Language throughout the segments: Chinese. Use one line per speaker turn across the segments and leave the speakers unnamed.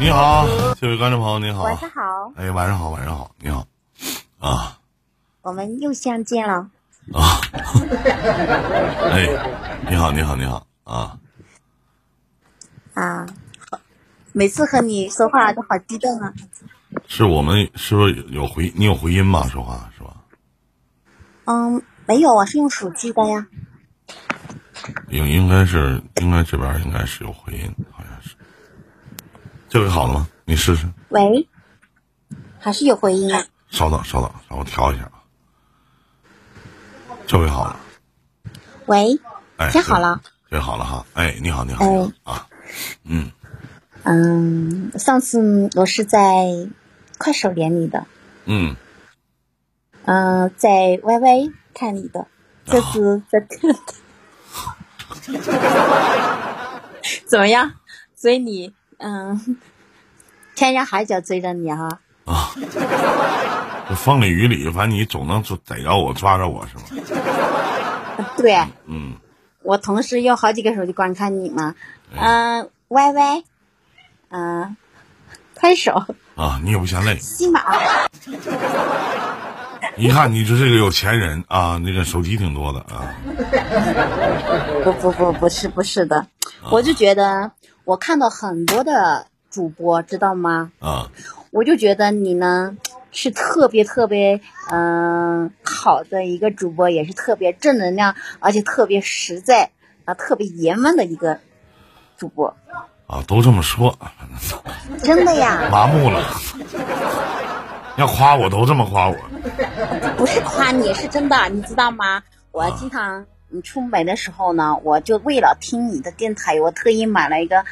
你好，这位观众朋友，您好。
晚上好，
哎，晚上好，晚上好，你好。啊
我们又相见了。
啊，哎，你好，你好，你好啊！
啊，每次和你说话都好激动啊！
是我们是不是有回？你有回音吧？说话是吧？
嗯，没有，我是用手机的呀。
应应该是应该这边应该是有回音，好像是。这回好了吗？你试试，
喂，还是有回音啊？
稍等，稍等，让我调一下啊。这回好了，
喂，
哎，
这好了，
这好了哈。哎，你好，你好，你好啊，嗯，
嗯，上次我是在快手连你的，
嗯，
嗯、在 YY 看你的，这次在怎么样？追你，嗯，天涯海角追着你哈、
这风里雨里，反正你总能逮着我，抓着我是吗？
对。
嗯，
我同时用好几个手机观看你嘛，嗯、y Y，嗯、快手、
啊，你也不嫌累。
西马，
一看 你就是个有钱人啊，那个手机挺多的啊。
不不不，不是不是的，我就觉得我看到很多的主播，知道吗？
啊，
我就觉得你呢是特别特别嗯、好的一个主播，也是特别正能量，而且特别实在啊，特别爷们的一个主播，
啊，都这么说，
真的呀，
麻木了。 要夸我都这么夸我，
不是夸你，是真的，你知道吗？我经常嗯出门的时候呢，我就为了听你的电台，我特意买了一个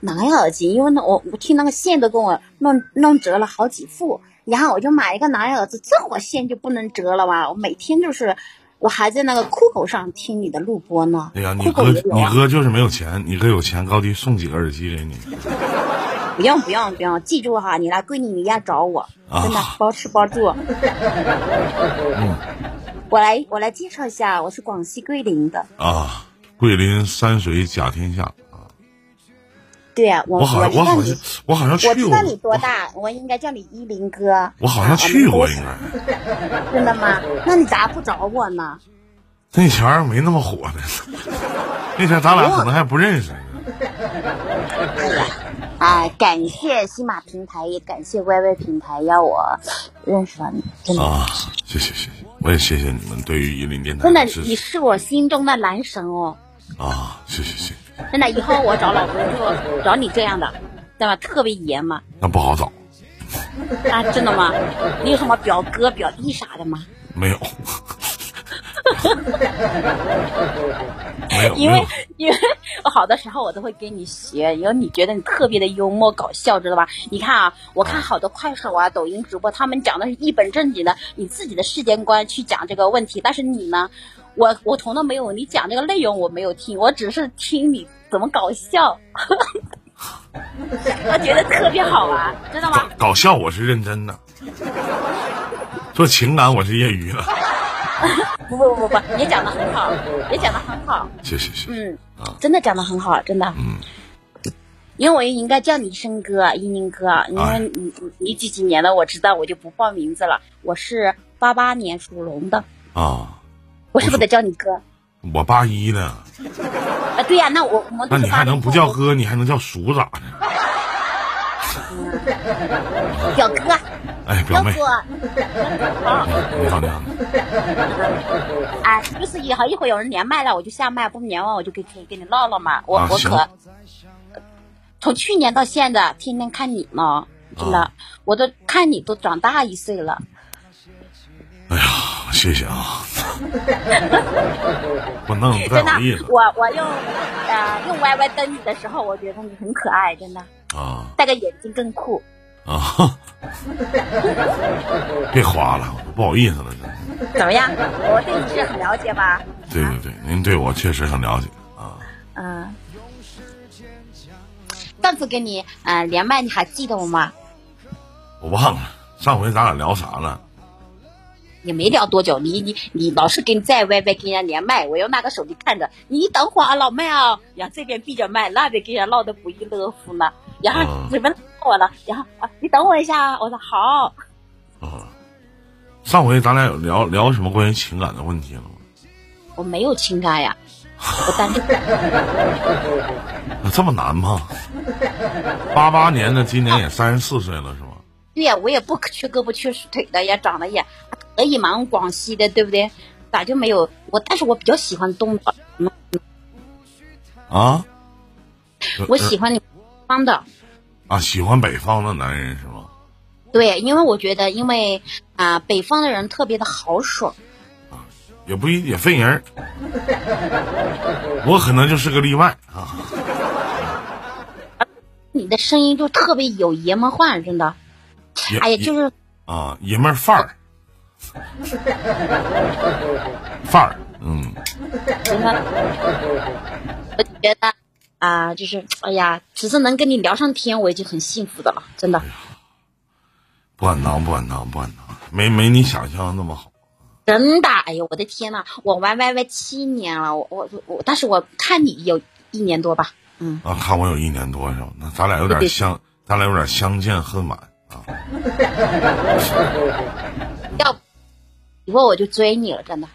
蓝牙耳机，因为呢，我我听那个线都给我弄弄折了好几副，然后我就买一个蓝牙耳机，这会儿线就不能折了吧？我每天就是，我还在那个酷狗上听你的录播呢，
哎呀，你
酷狗
哥
也有
你
啊，
哥就是没有钱，你哥有钱，高低送几个耳机给你
不用不用不用，记住哈，你来桂林一定要找我，真的
啊嗯
包吃包住。我来我来介绍一下，我是广西桂林的。
啊！桂林山水甲天下啊！
对啊，我
我好像
知
我
道
好
你
像，我好像
我
去
知
过
道，你多大，我应该叫你依林哥。
我好像去过应该。
啊真的吗？那你咋不找我呢？
那前儿没那么火呢，那前儿咱俩可能还不认识呢。
啊，感谢喜马平台，也感谢 YY 平台，让我认识了你。真的，
啊，谢谢谢谢，我也谢谢你们对于伊林电台
真的，
支
你
持
是我心中的男神哦！
啊，谢谢谢，谢，
真的，以后我找老公就找你这样的，对吧？特别爷们
那不好找，
儿啊！真的吗？你有什么表哥、表弟啥的吗？
没有， 没有，没
因为
有，
因为我好多时候我都会跟你学，因为你觉得你特别的幽默搞笑，知道吧？你看啊，我看好多快手啊、抖音直播，他们讲的是一本正经的你自己的世界观去讲这个问题，但是你呢，我我从来没有你讲这个内容我没有听，我只是听你怎么搞笑， 我觉得特别好玩，知道
搞
吗？
搞笑我是认真的，做情感我是业余的，
不不不不，也讲的很好，也讲的很好，
谢谢谢谢，
嗯
啊，
真的讲的很好，真的。
嗯，
因为我应该叫你一声哥，一宁哥。因
哎
为你你你几几年的，我知道，我就不报名字了。我是八八年属龙的，
啊，
我是不是得叫你哥？
我八一的，
啊，对呀、那我我们
那
都是
你
八
还
零
能不
后，
叫哥，你还能叫叔咋的？
表哥、
哎，表
表
妹，
哥，好
你啊好你好，
哎，就是以后一会儿有人连麦了，我就下麦；不连麦，我就可以可以跟你唠唠嘛。我、
啊
我
行
可从去年到现在，天天看你呢，真的，
啊
我都看你都长大一岁了。
哎谢谢啊，不弄不太
真的
好意，思
我我用呃用 YY 登你的时候，我觉得你很可爱，真的。
啊。
戴个眼镜更酷。
啊，别花了，我都不好意思了，真的。
怎么 样？我对你是很了解吧？
对对对，您对我确实很了解啊。
嗯。上次跟你呃连麦，你还记得我吗？
我忘了上回咱俩聊啥了
也没聊多久，你你你老是给你在 YY 跟人家连麦，我要拿个手机看着你等会儿啊，老妹啊，然后这边闭着麦，那边跟人家闹得不亦乐乎呢，然后
嗯
你们我了，然后啊你等我一下啊，我说好，
啊。上回咱俩有聊聊什么关于情感的问题了吗？
我没有情感呀，我单身，
啊这么难吗？八八年的，今年也三十四岁了，是吗？
对呀，我也不缺胳膊缺腿的，也长得也可以嘛，我们广西的对不对？咋就没有我？但是我比较喜欢东方，
啊？
我喜欢你方的。
啊，喜欢北方的男人是吗？
对，因为我觉得，因为啊、北方的人特别的豪爽，
也不一也分人儿，我可能就是个例外啊。
你的声音就特别有爷们范儿，真的。
也
哎呀，就是
啊，爷们儿范儿，范儿，嗯，
真的，我觉得啊、就是哎呀，只是能跟你聊上天，我已经很幸福的了，真的，
不敢当，不敢当，不敢当，没没你想象的那么好。
真的。哎呀，我的天呐，我玩 YY 七年了，我我我，但是我看你有一年多吧，嗯，
啊，看我有一年多少，那咱俩有点相，咱俩有点相见恨晚啊。
要不以后我就追你了，真的。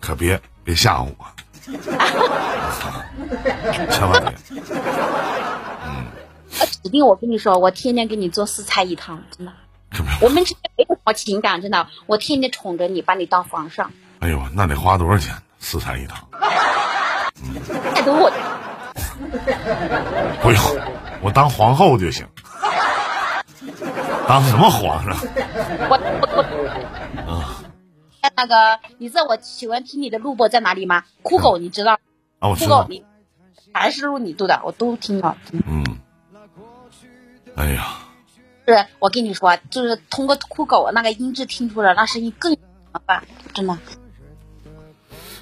可别别吓唬我， 千万别。
呃指定我跟你说，我天天给你做四菜一汤，真的。
这不
我们之间没有什么情感，真的。我天天宠着你，把你当皇上，
哎呦，那得花多少钱？四菜一汤，
太多我
不用，我当皇后就行。当什么皇上？
我我我。那个，你知道我喜欢听你的录播在哪里吗？酷狗，你知道？
啊，我
酷
知
狗
道，
你还是录你录的，我都听了。
嗯。哎呀，
就是我跟你说，就是通过酷狗那个音质听出来，那声音更棒，真的。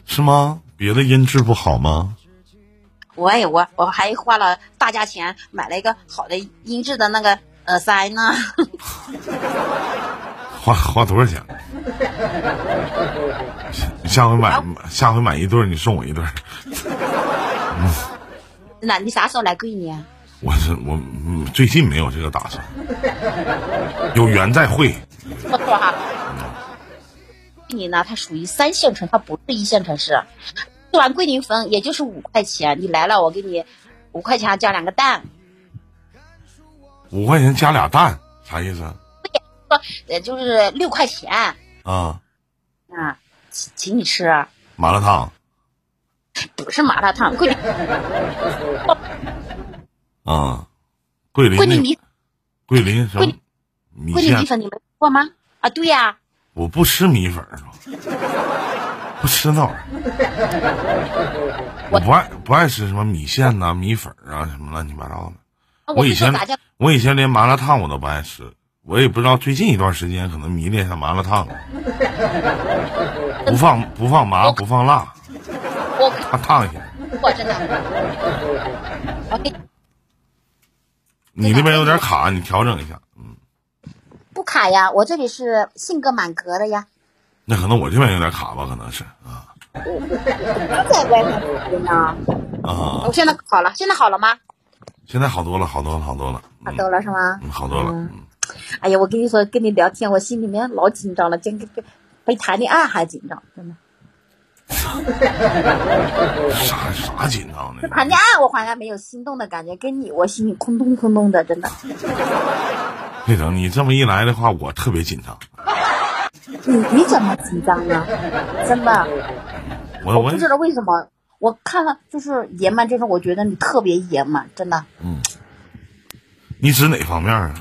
是吗？别的音质不好吗？
我也我我还花了大价钱买了一个好的音质的那个耳塞呢。
花花多少钱？你下回买，下回买一对儿，你送我一对儿。
真的，你啥时候来桂林啊？
我是我、嗯最近没有这个打算，有缘再会。
不错哈。桂林呢，它属于三线城，它不是一线城市。吃完桂林粉也就是五块钱，你来了我给你五块钱加两个蛋，
五块钱加俩蛋，啥意思啊？
也就是六块钱
啊，
啊，请请你吃，
麻辣烫
不是麻辣烫，桂林
啊，桂林
桂林
那
米
桂林什么
桂
米
桂林米
线？
粉你没吃过吗？啊，对呀、
我不吃米粉儿，不吃那玩意儿，我不爱不爱吃什么米线呐、米粉儿啊什么乱七八糟的。
啊
我
不
以
知道
前
咋叫，
我以前连麻辣烫我都不爱吃，我也不知道最近一段时间可能迷恋上麻辣 烫了，不放不放麻不放辣，
我
怕烫一下。
我真的， 哎我给
你那边有点卡，你调整一下。
不卡呀，我这里是性格满格的呀，
那可能我这边有点卡吧，可能是啊
不在外面这边呢。
啊，
哦我现在好了，现在好了吗？
现在好多了，好多了，好多了，
好
嗯
多了是吗？
嗯，好多了，嗯，
哎呀，我跟你说，跟你聊天，我心里面老紧张了，真跟跟比谈恋爱还紧张，真的。
嗯啥啥紧张啊的？
谈恋爱我好像没有心动的感觉，跟你我心里空洞空洞的，真的。
对等你这么一来的话，我特别紧张，
你你怎么紧张呢？真的，
我
我
我
不知道为什么，我看了就是爷们，就是我觉得你特别爷们，真的
你指哪方面啊？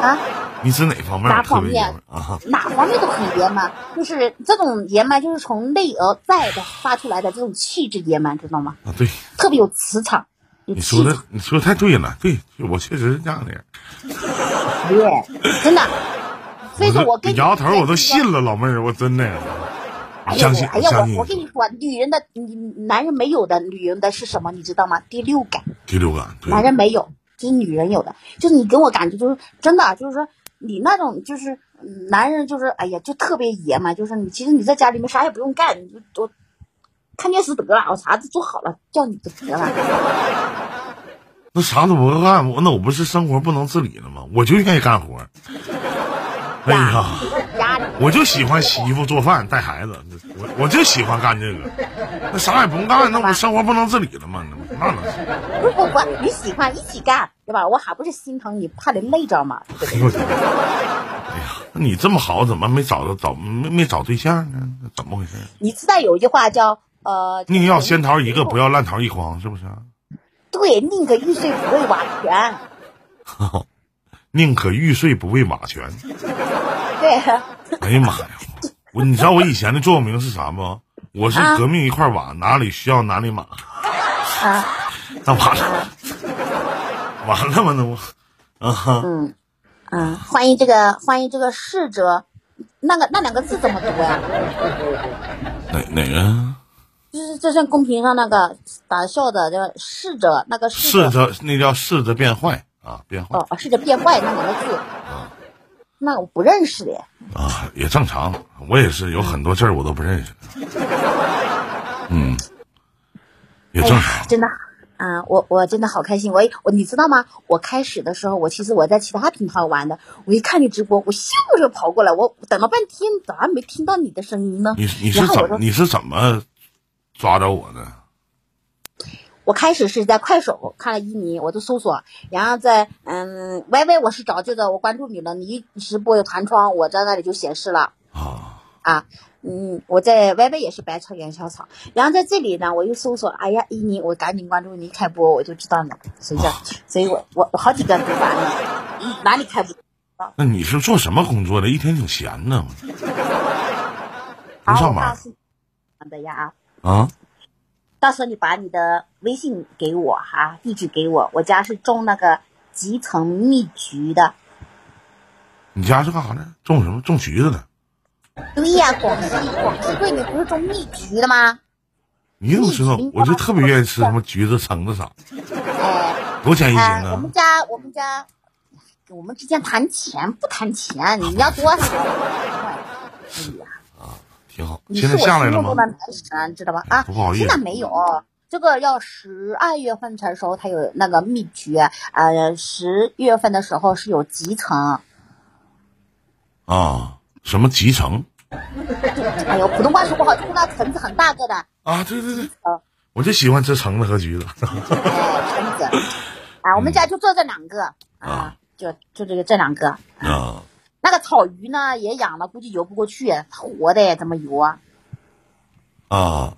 啊，
你指哪方面
哪
特
方
别
面
爷们儿啊？
哪方面都很爷们，就是这种爷们就是从内而外的发出来的这种气质爷们，知道吗？
啊，对，
特别有磁场，有
你说
气质。
的你说的太对了，对我确实是这样的人。
对，真的。所以说
这
我跟
摇头我都
信。
信了，老妹儿，我真的
哎呀
相
我
信
哎
相
呀，
信
我我跟你说，女人的嗯男人没有的，女人的是什么？你知道吗？第六感，
第六感，对
男人没有，只是女人有的。就是你给我感觉就是真的，就是说你那种就是男人，就是哎呀，就特别爷们，就是你其实你在家里面啥也不用干，你就多看电视得了，我啥都做好了，叫你得
哎
了。
那啥都不干，我那我不是生活不能自理了吗？我就愿意干活。哎呀，我就喜欢洗衣服、做饭、带孩子，我我就喜欢干这个。那啥也不用干，那我生活不能自理了吗？那那
不不不，你喜欢一起干，对吧？我还不是心疼你，怕你累着嘛。
哎呦我天！哎呀，那你这么好，怎么没找到找没没找对象呢？怎么回事？
你知道有一句话叫呃，
宁要仙桃一个，不要烂桃一筐，是不是？
对，宁可玉碎不为瓦全。
宁可玉碎不为瓦 全。
对。
哎呀妈呀！我你知道我以前的座右铭是啥不？我是革命一块瓦，啊、哪里需要哪里马。
啊。
那完了，完了吗？那我。
啊。嗯。嗯，欢迎这个，欢迎这个逝者。那个那两个字怎么读呀、啊？
哪哪个？
就是就像公屏上那个打笑的，叫试着那个
试着那叫试着变坏啊，变坏
哦，试着变坏那两个字啊，那我不认识的
啊，也正常，我也是有很多字我都不认识，嗯，也正常，哎、
真的啊，我我真的好开心，我我你知道吗？我开始的时候，我其实我在其他平台玩的，我一看你直播，我笑着跑过来，我等了半天咋没听到你的声音呢？
你你是怎你是怎么？抓着我呢！
我开始是在快手看了伊尼，我就搜索，然后在嗯 YY 我是找这个，我关注你了，你一直播有弹窗，我在那里就显示了。
啊
啊，嗯，我在 YY 也是百草园小草，然后在这里呢，我又搜索，哎呀伊尼，我赶紧关注你开播，我就知道了，所以这，所以我我我好几个都完了，哪里开播？
那你是做什么工作的？一天挺闲呢，不上班。
的呀。
啊，
到时候你把你的微信给我哈、啊，地址给我，我家是种那个集成蜜橘的。
你家是干啥的？种什么？种橘子的？
对呀、啊，广西广西桂林不是种蜜橘的吗？
你怎么知道？我就特别愿意吃什么橘子、橙子啥。
哎，
多少钱一斤啊呢、
呃？我们家我们家我们之间谈钱不谈钱，你要多少？哎呀。
挺好，现在下来了吗？
你知道吧？啊，
不好意思，
现在没有，这个要十二月份才收，它有那个蜜橘，呃，十月份的时候是有集成。
啊，什么集成？
哎呦，普通话说不好，就是那橙子很大个的。
啊，对对对，我就喜欢吃橙子和橘 子。
橙子，哎啊，我们家就做这两个啊，就就这个这两个
啊。
那个草鱼呢也养了，估计游不过去，啊活的怎么游啊？
啊，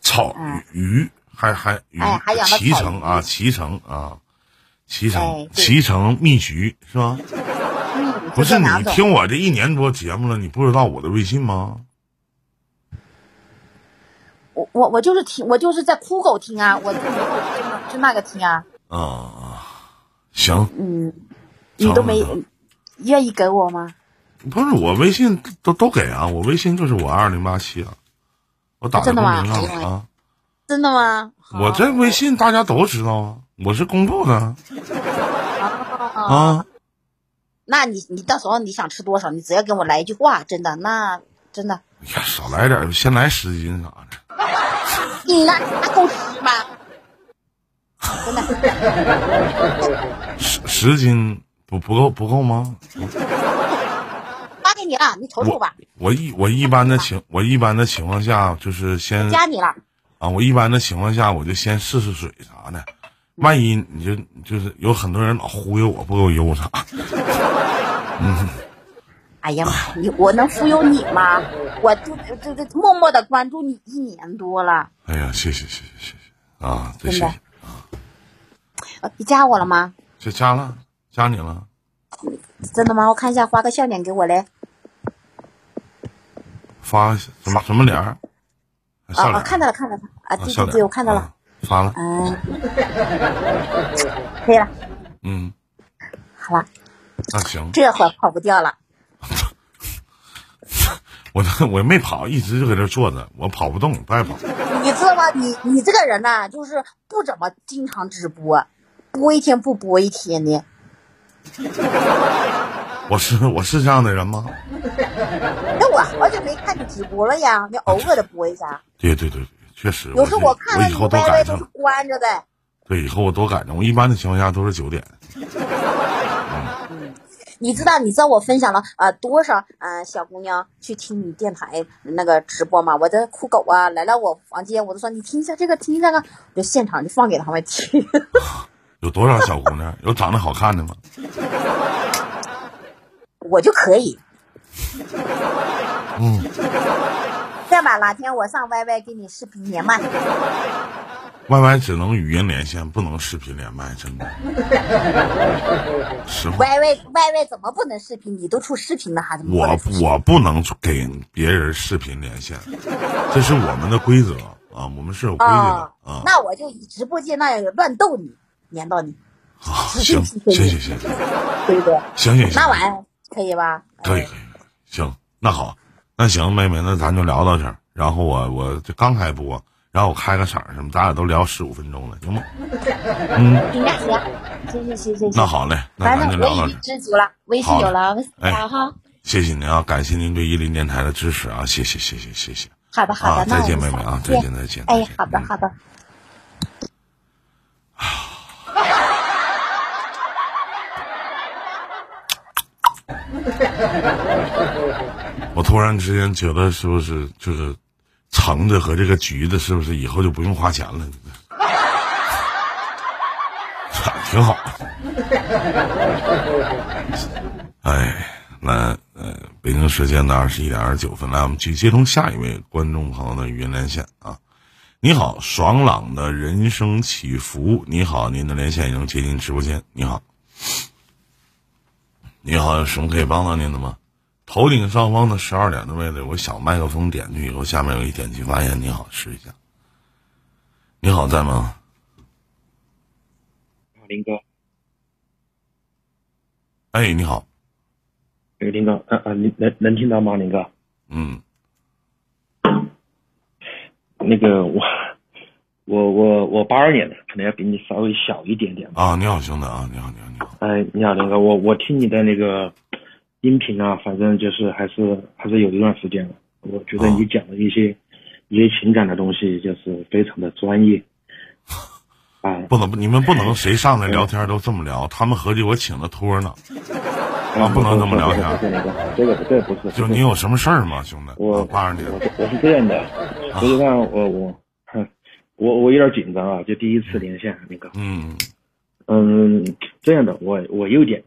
草鱼还还鱼，
哎，还养了哎
脐橙啊，脐橙啊，脐橙，脐橙蜜橘是吧？
嗯，
不是你听我这一年多节目了，你不知道我的微信吗？
我我我就是听，我就是在酷狗听啊，我就没有就那个听啊。
啊，行，
嗯，你都没。愿意给我吗？
不是我微信都都给啊，我微信就是我二零八七啊，我打在公屏上了啊。
真的吗？
我这微信大家都知道啊，我是公布的。啊。
那你你到时候你想吃多少，你只要给我来一句话，真的，那真的。
呀，少来点，先来十斤啥的。
你那那够吃吗？真的。
十十斤。不不够不够吗？
发给你了，你瞅瞅吧。
我一我一般的情我一般的情况下就是先
加你了
啊！我一般的情况下我就先试试水啥的，万一你就就是有很多人老忽悠我不给我邮啥，嗯。
哎呀妈，你我能忽悠你吗？我就就就默默的关注你一年多了。
哎呀，谢谢谢谢谢谢啊！对谢谢啊！
呃你加我了吗？
就加了。加你了，
真的吗？我看一下，发个笑脸给我嘞。
发什么什么脸儿？
啊啊，看到了，看到了啊！对对对，我看到了，
发了。
嗯，可以了。
嗯，
好了。
那行，
这会跑不掉了。
我我没跑，一直就搁这坐着，我跑不动，不爱跑。
你知道吗？你你这个人呐，就是不怎么经常直播，播一天不播一天的。
我是我是这样的人吗？
那我好久没看你直播了呀，那偶尔的播一下。
对对对，确实。
有时候
我
看到
以
你
后多
歪
改
歪都
正
是。关着的。
对，以后我多改正。我一般的情况下都是九点。
你知道你知道我分享了呃多少呃小姑娘去听你电台那个直播吗？我的酷狗啊来到我房间，我都说你听一下这个，听一下那个，我就现场就放给他们听。
有多少小姑娘？有长得好看的吗？
我就可以。
嗯，
这样吧，哪天我上 YY 给你视频连麦，
Y Y 只能语音连线，不能视频连麦，真的。实话，
YY YY 怎么不能视频？你都出视频了，还怎么不
我
能出视频？
我不能给别人视频连线，这是我们的规则啊，我们是有规矩
哦
的、啊。
那我就以直播间那样乱斗你，连到你，
好，
那
行
那
行行行行
对不对？
行行，
那玩意儿可以吧？
可以可以，行，那好，那行，妹妹，那咱就聊到这儿。然后我我这刚开播，然后我开个场什么，咱俩都聊十五分钟了，行吗？
行啊行啊，行行行行行，
那好嘞，那
反
咱就
正
聊到
我已
这
经
儿。
知足了，微信有了，微信
哎
加哈。
谢谢您啊，感谢您对伊林电台的支持啊，谢谢谢谢谢谢
好的好
啊，
的，那
再
我
见，
们
妹妹
下
啊，
次
再
见。
见再见。再
哎
见，
好的
嗯
好的。
我突然之间觉得是不是就是橙子和这个橘子是不是以后就不用花钱了？ 挺好。哎，那呃，北京时间的二十一点二十九分，来我们去接通下一位观众朋友的语音连线啊。你好，爽朗的人生起伏。你好，您的连线已经接进直播间。你好，你好，有什么可以帮到您的吗？头顶上方的十二点的位置，有小麦克风点去以后，下面有一点击发言。你好，试一下。你好，在吗？
你好，林哥，
哎，你好，
那个林哥，呃呃，你能能听到吗，林哥？
嗯，
那个我，我我我八二年的，可能要比你稍微小一点点吧。
啊，你好，兄弟啊，你好，你好，你好，
哎，你好，林哥，我我听你的那个音频啊，反正就是还是还是有一段时间了。我觉得
哦
你讲的一些、一些情感的东西，就是非常的专业。啊，
不能，你们不能谁上来聊天都这么聊，他们合计我请的托呢。
啊
不能这么聊天
不是林哥，这个这个不是。
就你有什么事儿吗，兄弟？
我
八二年
我是我是这样的，
啊
实际上我我 哼我我有点紧张啊，就第一次连线，那个
嗯，
嗯，这样的，我我有点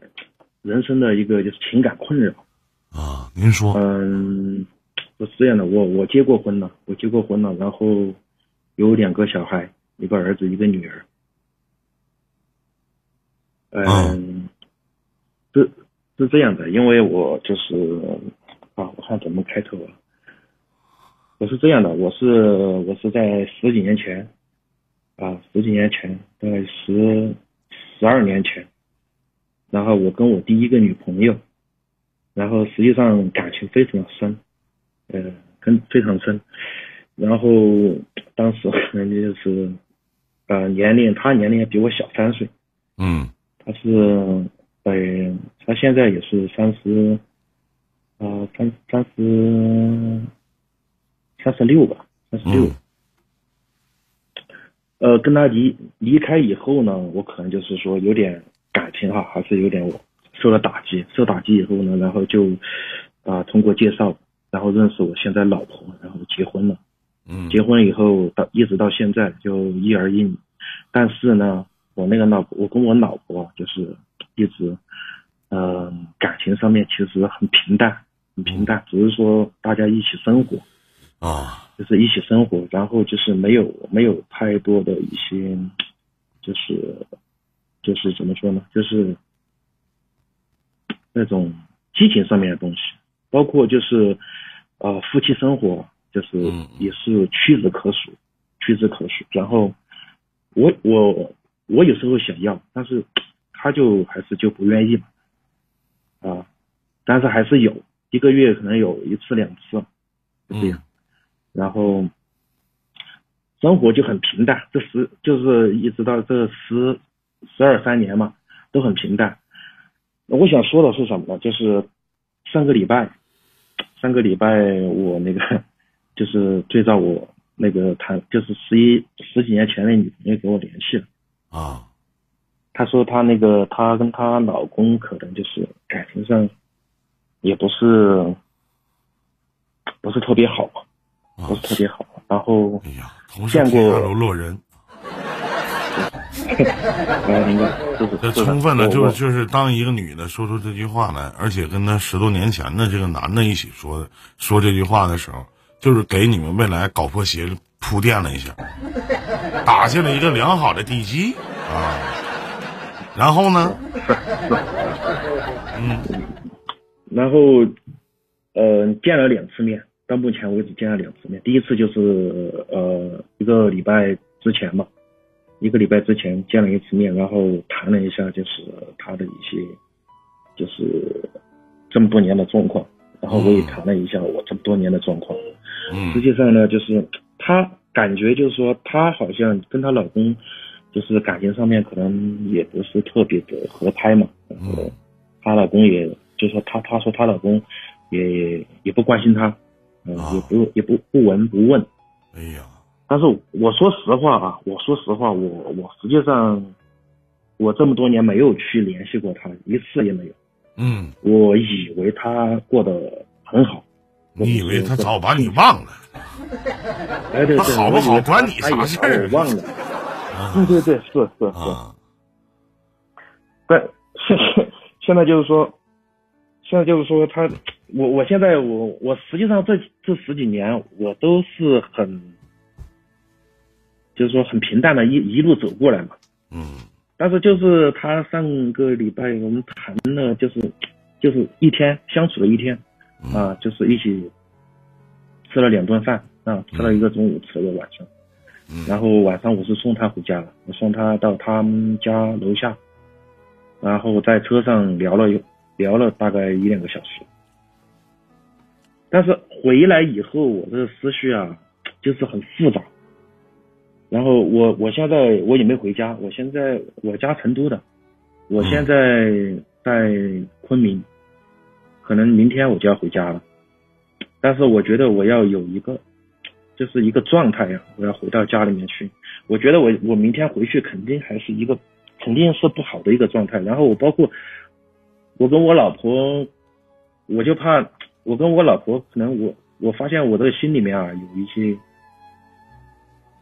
人生的一个就是情感困扰。
啊，您说，
嗯，就是这样的，我我结过婚了，我结过婚了，然后有两个小孩，一个儿子，一个女儿。嗯，是是这样的，因为我就是啊，我看怎么开头啊。我是这样的，我是我是在十几年前，啊，十几年前，大概十十二年前，然后我跟我第一个女朋友，然后实际上感情非常深，呃，跟非常深。然后当时就是，呃，年龄她年龄比我小三岁，
嗯
她是呃，她现在也是三十，呃，三三十，三十六吧，三十六。
嗯
呃，跟他离离开以后呢，我可能就是说有点感情哈、还是有点我受了打击，受打击以后呢，然后就啊、通过介绍，然后认识我现在老婆，然后结婚了。
嗯
结婚以后到一直到现在就一儿一女，但是呢，我那个老婆，我跟我老婆就是一直，嗯、感情上面其实很平淡，很平淡，只是说大家一起生活，
啊，
就是一起生活，然后就是没有没有太多的一些，就是就是怎么说呢，就是那种激情上面的东西，包括就是呃夫妻生活，就是
嗯
也是屈指可数，屈指可数。然后我我我有时候想要，但是他就还是就不愿意嘛，啊、但是还是有一个月可能有一次两次，就这样。
嗯
然后生活就很平淡，这十就是一直到这十十二三年嘛，都很平淡。我想说的是什么呢？就是上个礼拜，上个礼拜我那个就是最早我那个谈就是十一十几年前那女朋友给我联系了，
啊，
她说她那个她跟她老公可能就是感情上也不是不是特别好，
啊
不是特别好，然后
哎呀，同是天
见
下
过
沦落人，
然后那个就是
这
是的
充分的
我
就
我
是就是当一个女的说出这句话来，而且跟她十多年前的这个男的一起说的说这句话的时候，就是给你们未来搞破鞋铺垫了一下，打下了一个良好的地基啊。然后呢，
然后，呃，见了两次面，到目前为止见了两次面。第一次就是呃一个礼拜之前吧，一个礼拜之前见了一次面，然后谈了一下就是他的一些就是这么多年的状况，然后我也谈了一下我这么多年的状况。实
嗯
际上呢，就是她感觉就是说她好像跟她老公就是感情上面可能也不是特别的合拍嘛，然后
嗯
她老公也就说她她说她老公也也不关心她，嗯、
啊
也不也不不闻不问。
哎呀，
但是我说实话啊，我说实话，我我实际上我这么多年没有去联系过她，一次也没有。
嗯，
我以为她过得很好，
你以为他早把你忘了？
哎对对，
她好不
我以为
好
她
管你
她以为
啥事儿
我忘了。
啊
对对对，是是是，
啊，
但现在现在就是说，现在就是说他，我我现在我我实际上这这十几年我都是很，就是说很平淡的一一路走过来嘛。
嗯
但是就是他上个礼拜我们谈了，就是就是一天相处了一天
嗯
啊，就是一起吃了两顿饭啊，吃了一个中午，吃了一个晚上。
嗯
然后晚上我是送她回家了，我送她到他们家楼下，然后在车上聊了有聊了大概一两个小时。但是回来以后，我这思绪啊，就是很复杂。然后我我现在我也没回家，我现在我家成都的，我现在在昆明，可能明天我就要回家了。但是我觉得我要有一个，就是一个状态呀、我要回到家里面去。我觉得我我明天回去肯定还是一个，肯定是不好的一个状态。然后我包括我跟我老婆，我就怕我跟我老婆可能我我发现我这个心里面啊有一些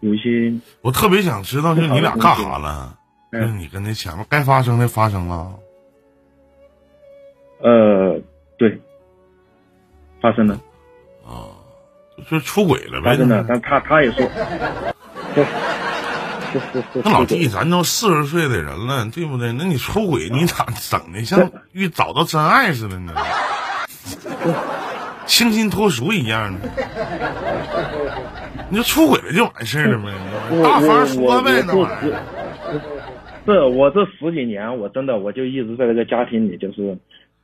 有一些
我特别想知道，就是你俩干啥了？就
嗯
是你跟那前面该发生的发生了，
呃对发生了
就出轨了
发
呗。
生了，但他他也说，这这这这
那老
这个
弟，咱都四十岁的人了，对不对？那你出轨，你咋整的像遇找到真爱似的呢？ 清新脱俗一样的，你就出轨了就完事儿了呗，
我
大
我
方说呗，那
我
玩意
我
儿。
是我这十几年，我真的我就一直在这个家庭里，就是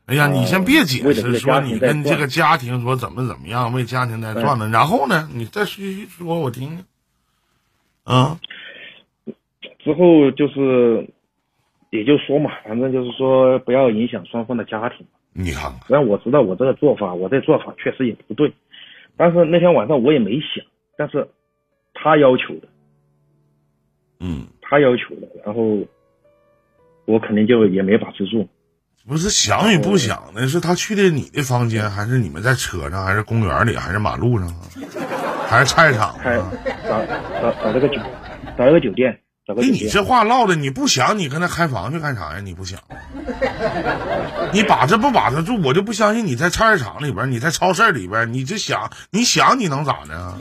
哎呀，你先别解
为了这
释
个
说
家
你
庭在
跟这
转
个家庭说怎么怎么样，为家庭在转了，然后呢，你再继续说我听听。啊，
之后就是也就说嘛，反正就是说不要影响双方的家庭。
你看看，
虽然我知道我这个做法，我这做法确实也不对，但是那天晚上我也没想，但是他要求的，
嗯，
他要求的，然后我肯定就也没把持住。
不是想与不想的，是他去的你的房间，还是你们在车上，还是公园里，还是马路上啊，还是菜场
开
啊？
找找找了个酒，找了个酒店，找个
哎，
酒
你
店。
这话唠的，你不想，你跟他开房去干啥呀？你不想，你把着不把着住，我就不相信你在菜市场里边，你在超市里边，你就想，你想你能咋的啊？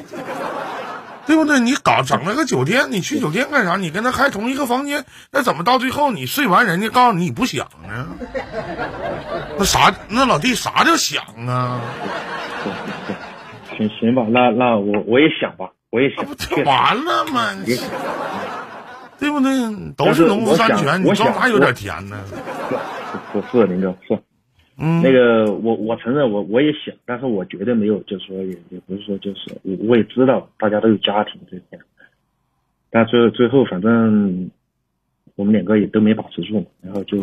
对不对？你搞整了个酒店，你去酒店干啥？你跟他开同一个房间，那怎么到最后你睡完人家告诉你你不想呢？那啥，那老弟啥叫想啊？
行行吧，那那我我也想吧，我也
那
想
啊不，
确
就
实
完了吗？
也想。
对不对？都是农夫山
但
泉，
是
你
我
装
想
啥有点甜呢？
不不是林哥，是
嗯，
那个我我承认我我也想，但是我绝对没有，就是说也也不是说就是我我也知道大家都有家庭这些，但最最后反正我们两个也都没把持住嘛，然后就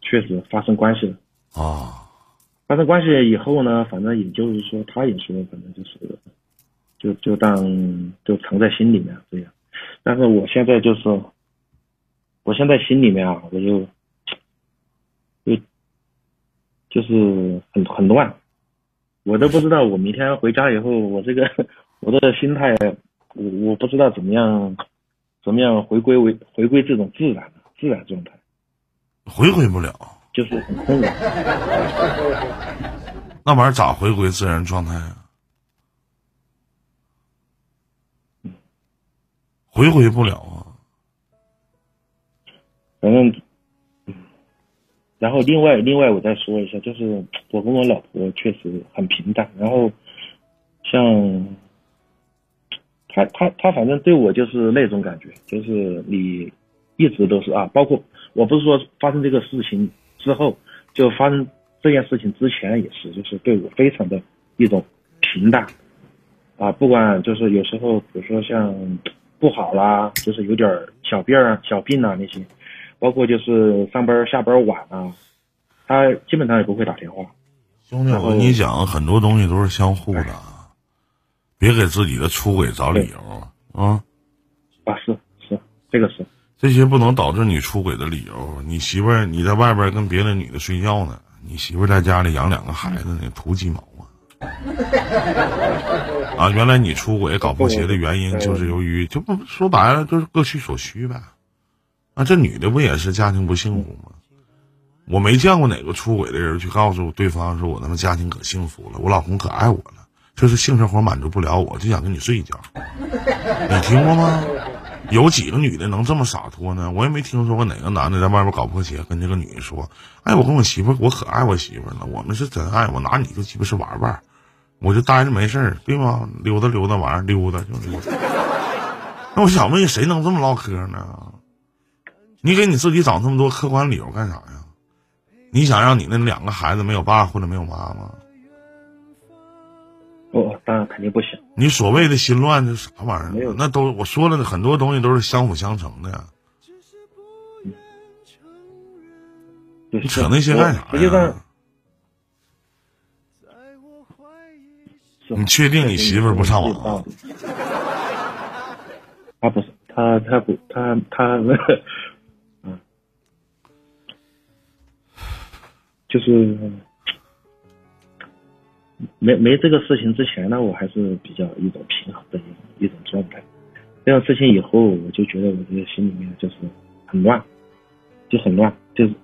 确实发生关系了。
啊，
发生关系以后呢，反正也就是说，他也说，反正就是，就就当就藏在心里面这样。但是我现在就是，我现在心里面啊，我就，就，就是很很乱，我都不知道我明天回家以后，我这个 我的心态，我我不知道怎么样，怎么样回归为回归这种自然自然状态，
回归不了，
就是很困扰。
那玩意儿咋回归自然状态啊？回归不了啊！
反正，嗯然后另外另外我再说一下，就是我跟我老婆确实很平淡，然后像她她她反正对我就是那种感觉，就是你一直都是啊，包括我不是说发生这个事情之后，就发生这件事情之前也是，就是对我非常的一种平淡，啊，不管就是有时候，比如说像不好啦，就是有点儿小病儿啊、小病啊那些，包括就是上班儿下班儿晚啊，他基本上也不会打电话。
兄弟，我跟你讲，很多东西都是相互的啊，别给自己的出轨找理由啊！
啊，是是，这个是
这些不能导致你出轨的理由。你媳妇儿你在外边跟别的女的睡觉呢，你媳妇儿在家里养两个孩子呢，图鸡毛啊！ 啊，原来你出轨搞破鞋的原因就是由于，就不说白了就是各取所需呗。啊，这女的不也是家庭不幸福吗？我没见过哪个出轨的人去告诉对方说我他妈家庭可幸福了，我老公可爱我了，就是性生活满足不了我，就想跟你睡一觉。你听过吗？有几个女的能这么洒脱呢？我也没听说过哪个男的在外边搞破鞋，跟这个女的说：“哎，我跟我媳妇儿，我可爱我媳妇儿了，我们是真爱，我拿你就鸡巴是玩玩儿，我就待着没事儿，对吗？溜达溜达玩儿，溜达就溜达。” 那我想问，谁能这么唠嗑呢？你给你自己找这么多客观理由干啥呀？你想让你那两个孩子没有爸或者没有妈吗？
哦，当然肯定不行。
你所谓的心乱是啥玩意
没
儿
有？
那都我说了呢，很多东西都是相辅相成的。
就是
你扯那些干啥
我实际上
呀？
是
你确定你媳妇儿不上网啊
有道理？他不是，他他不，他他，嗯，就是没没这个事情之前呢，我还是比较一种平衡的一一种状态。这种事情以后，我就觉得我这个心里面就是很乱，就很乱，就是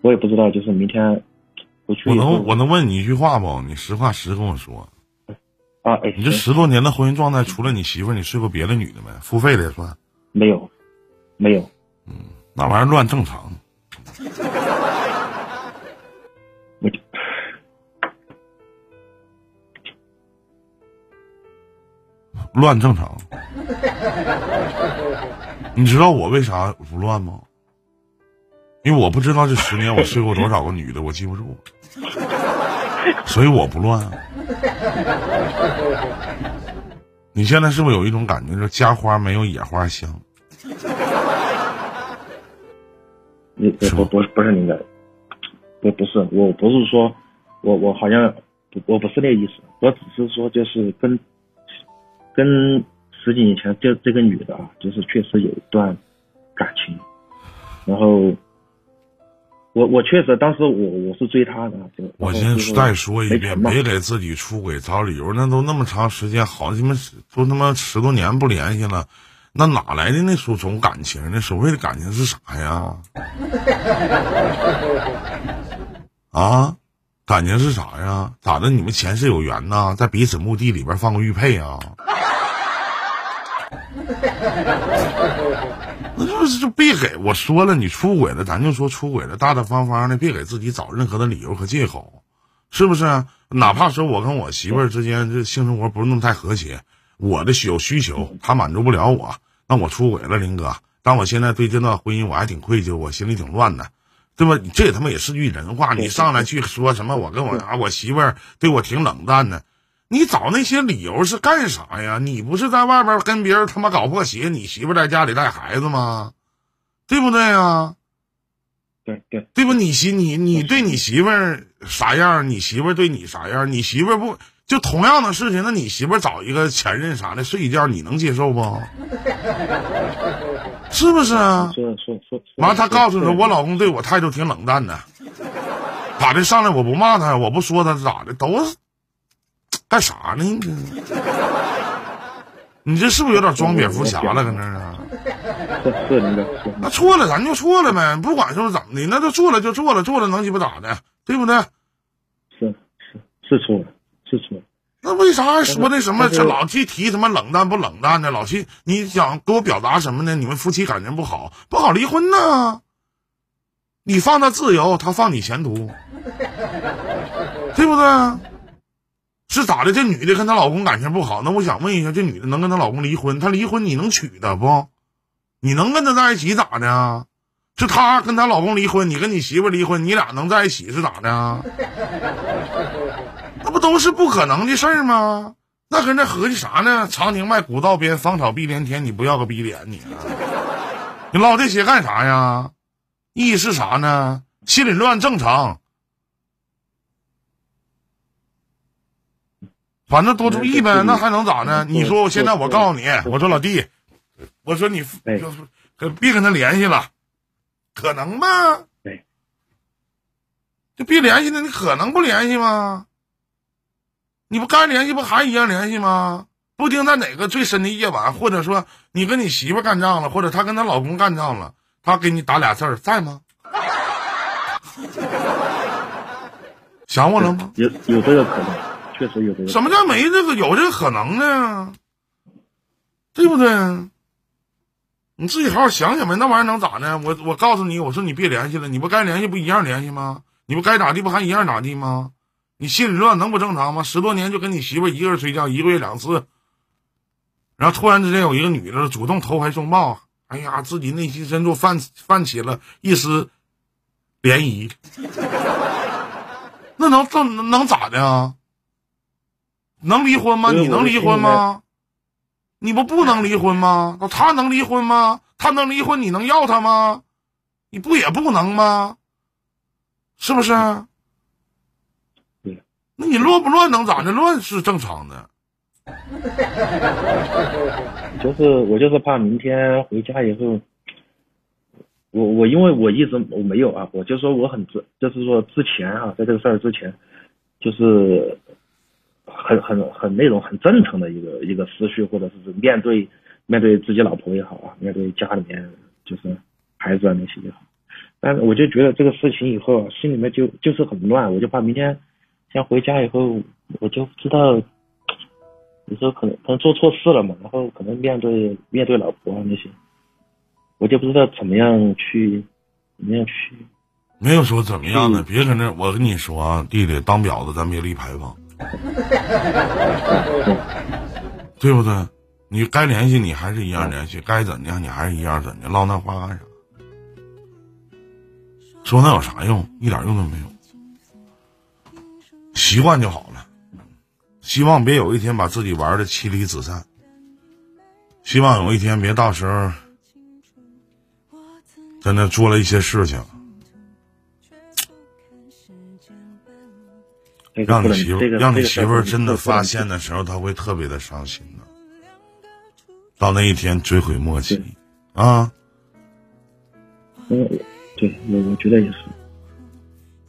我也不知道，就是明天回去
我
以后
能我能问你一句话不？你实话实跟我说，
啊，哎，
你这
行
十多年的婚姻状态，除了你媳妇儿，你睡过别的女的没？付费的也算，
没有没有，
那玩意儿乱正常。
我就
乱正常。你知道我为啥不乱吗？因为我不知道这十年我睡过多少个女的，我记不住，所以我不乱、啊。你现在是不是有一种感觉，就是家花没有野花香？
你
是
不
吗
嗯不是不是您的，不不是，我不是说，我我好像不我不是那意思，我只是说就是跟跟十几年前这这个女的啊，就是确实有一段感情，然后我我确实当时我我是追她的，啊就
我
然后
先
就是
再说一遍，
没成嘛
别给自己出轨找理由。那都那么长时间，好他妈十都他妈十多年不联系了，那哪来的那属种感情呢？所谓的感情是啥呀？啊，感情是啥呀？咋的？你们前世有缘呐，在彼此墓地里边放过玉佩啊？那就是就别给我说了，你出轨了，咱就说出轨了，大大方方的，别给自己找任何的理由和借口，是不是？哪怕说我跟我媳妇儿之间这性生活不是那么太和谐，我的需有需求她满足不了我，那我出轨了，林哥。但我现在对这段婚姻我还挺愧疚，我心里挺乱的，对吧？这他妈也是句人话，你上来去说什么我跟我啊我媳妇儿对我挺冷淡的，你找那些理由是干啥呀？你不是在外边跟别人他妈啊搞破鞋，你媳妇在家里带孩子吗？对不对呀、
对对，
对不？你媳你你对你媳妇儿啥样，你媳妇儿对你啥样，你媳妇儿不就同样的事情？那你媳妇儿找一个前任啥的睡一觉，你能接受不？ 是不是啊？
说说说。
完了，他告诉你说，
说
我老公对我态度挺冷淡的，咋的？上来我不骂他，我不说他咋的，都是干啥呢？你这， 你这是不是有点装蝙蝠侠了？搁那儿啊？
是是领导是
那错了咱就错了呗，不管是不是怎么的，那就做了就做了，做了能鸡巴咋的，对不对？
是是是错了是错了，
那为啥还说那什么？
但是
这老去提什么冷淡不冷淡的？老去你想给我表达什么呢？你们夫妻感情不好，不好离婚呢？你放他自由，他放你前途，对不对？是咋的？这女的跟她老公感情不好，那我想问一下，这女的能跟她老公离婚？她离婚你能娶她不？你能跟她在一起咋的啊？是她跟她老公离婚，你跟你媳妇离婚，你俩能在一起是咋的啊？那不都是不可能的事儿吗？那跟那合计啥呢？长亭外，古道边，芳草碧连天。你不要个逼脸你、啊，你唠这些干啥呀？意义是啥呢？心里乱正常，反正多注意呗。那还能咋呢？你说我现在我告诉你，我说老弟，我说你
哎
就是可别跟他联系了，可能吗？
哎，
就别联系他，你可能不联系吗？你不该联系不还一样联系吗？不定在哪个最深的夜晚，或者说你跟你媳妇儿干仗了，或者她跟她老公干仗了，她给你打俩字儿在吗？ 想我了吗？
有有这个可能，确实有这个。
什么叫没这个有这个可能呢？对不对？你自己好好想想呗，那玩意儿能咋呢？我我告诉你，我说你别联系了，你不该联系不一样联系吗？你不该咋地不还一样咋地吗？你心里乱能不正常吗？十多年就跟你媳妇儿一个人睡觉，一个月两次，然后突然之间有一个女的主动投怀送抱，哎呀，自己内心深处泛泛起了一丝涟漪， 那能这能咋的啊？能离婚吗？
所以
你能离婚吗？你不不能离婚吗？那他能离婚吗？他能离婚，你能要他吗？你不也不能吗？是不是？
对
那你乱不乱能咋的？乱是正常的。
就是我就是怕明天回家以后，我我因为我一直我没有啊，我就说我很自，就是说之前啊，在这个事儿之前，就是很很很那种很正常的一个一个思绪，或者是面对面对自己老婆也好啊，面对家里面就是孩子啊那些也好，但是我就觉得这个事情以后啊心里面就就是很乱，我就怕明天像回家以后，我就知道有时候可能可能做错事了嘛，然后可能面对面对老婆啊那些，我就不知道怎么样去怎么样去，
没有说怎么样的，
嗯
别跟这，我跟你说啊，弟弟，当婊子咱别立牌坊，对不对？你该联系你还是一样联系，该怎样你还是一样怎样，唠那话干啥？说那有啥用？一点用都没有。习惯就好了，希望别有一天把自己玩的妻离子散，希望有一天别到时候真的做了一些事情，
这个
让
哎不
你
能
媳妇、
这个
让你
这个
媳
事儿
妇
不
儿
能
真的
不能
发现的时候，她会特别的伤心的。到那一天追悔莫及啊！
嗯，对，我我觉得也是，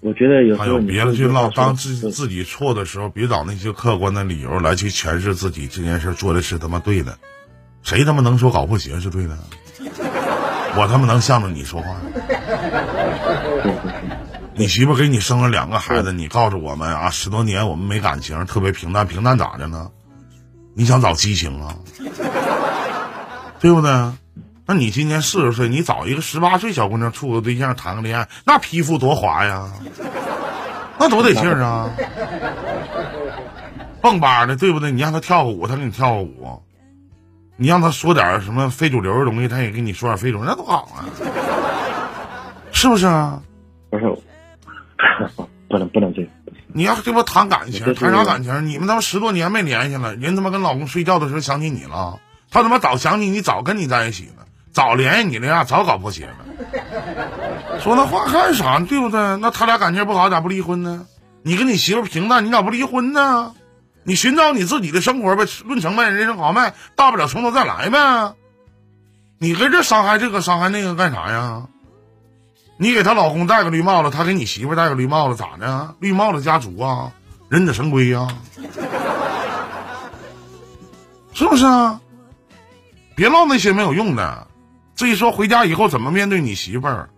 我觉得有
还
时
有
候你嗯
别的去唠，当自
是
己自己错的时候，别找那些客观的理由来去诠释自己这件事做的是他妈对的，谁他妈能说搞破鞋是对的？我他妈能向着你说话吗？
对对对，
你媳妇给你生了两个孩子，你告诉我们啊，十多年我们没感情，特别平淡，平淡咋的呢？你想找激情啊？ 对不对？那你今年四十岁，你找一个十八岁小姑娘处个对象，谈个恋爱，那皮肤多滑呀，那多得劲儿啊！蹦吧的，对不对？你让她跳个舞，她给你跳个舞；你让她说点儿什么非主流的东西，她也给你说点儿非主流，那多好啊！ 是不是啊？
不是，不能不能这样，
你要跟我谈感情，
我就是
谈啥感情？你们他妈十多年没联系了，人他妈跟老公睡觉的时候想起你了，他他妈早想起你，早跟你在一起了。早联系你了呀，早搞破鞋了。说那话干啥呢？对不对？那他俩感情不好，咋不离婚呢？你跟你媳妇平淡，你咋不离婚呢？你寻找你自己的生活呗，论成败人生豪迈，大不了从头再来呗。你跟这伤害这个伤害那个干啥呀？你给她老公戴个绿帽子，她给你媳妇戴个绿帽子，咋的？绿帽子家族啊，忍者神龟呀、 啊，是不是啊？别唠那些没有用的。至于说回家以后怎么面对你媳妇儿，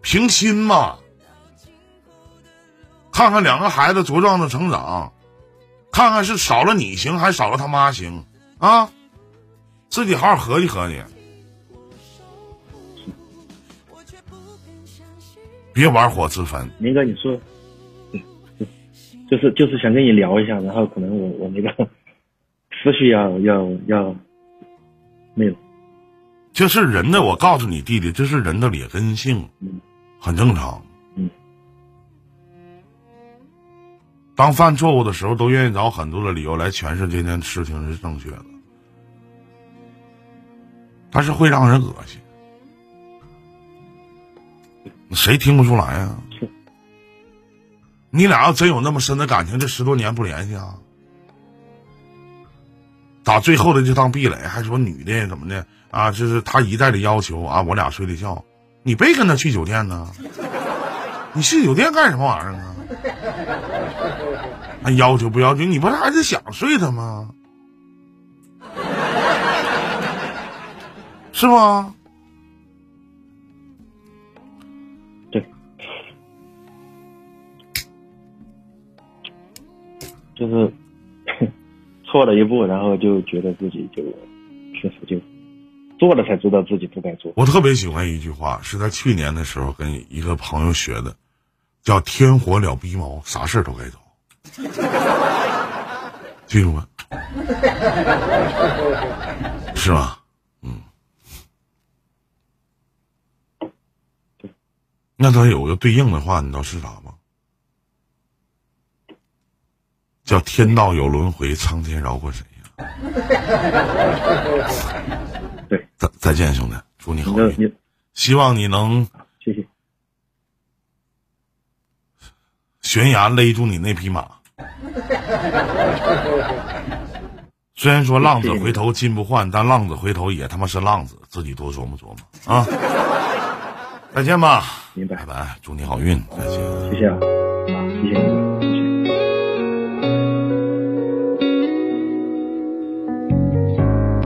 平心嘛，看看两个孩子茁壮的成长，看看是少了你行还是少了他妈行啊？自己好好合计合计，别玩火自焚。
明哥，你说，就是就是想跟你聊一下，然后可能我我那个思绪要要要没有。
这是人的，我告诉你弟弟，这是人的劣根性，很正常。
嗯，
当犯错误的时候，都愿意找很多的理由来诠释这件事情是正确的，但是会让人恶心，谁听不出来呀、
是
你俩要真有那么深的感情，这十多年不联系啊？打最后的这趟壁垒，还说女的怎么的啊？就是他一再的要求啊，我俩睡得觉，你别跟他去酒店呢，你去酒店干什么玩意儿 啊？还要求不要求？你不是还是想睡他吗？ 是吗？
对，就是 错了一步，然后就觉得自己就确实就做了才知道自己不该做。
我特别喜欢一句话，是在去年的时候跟一个朋友学的，叫“天火了逼毛”，啥事儿都该找， 记住吗？是吧？嗯。那他有个对应的话，你知道是啥吗？叫“天道有轮回，苍天饶过谁”呀。
对，
再再见，兄弟，祝你好
你
运。
你
希望你能
谢谢，
悬崖勒住你那匹马。虽然说浪子回头金不换，但浪子回头也他妈是浪子，自己多琢磨琢磨啊！再见吧，
明白
拜拜，祝你好运，再见。
谢谢啊，谢谢你们。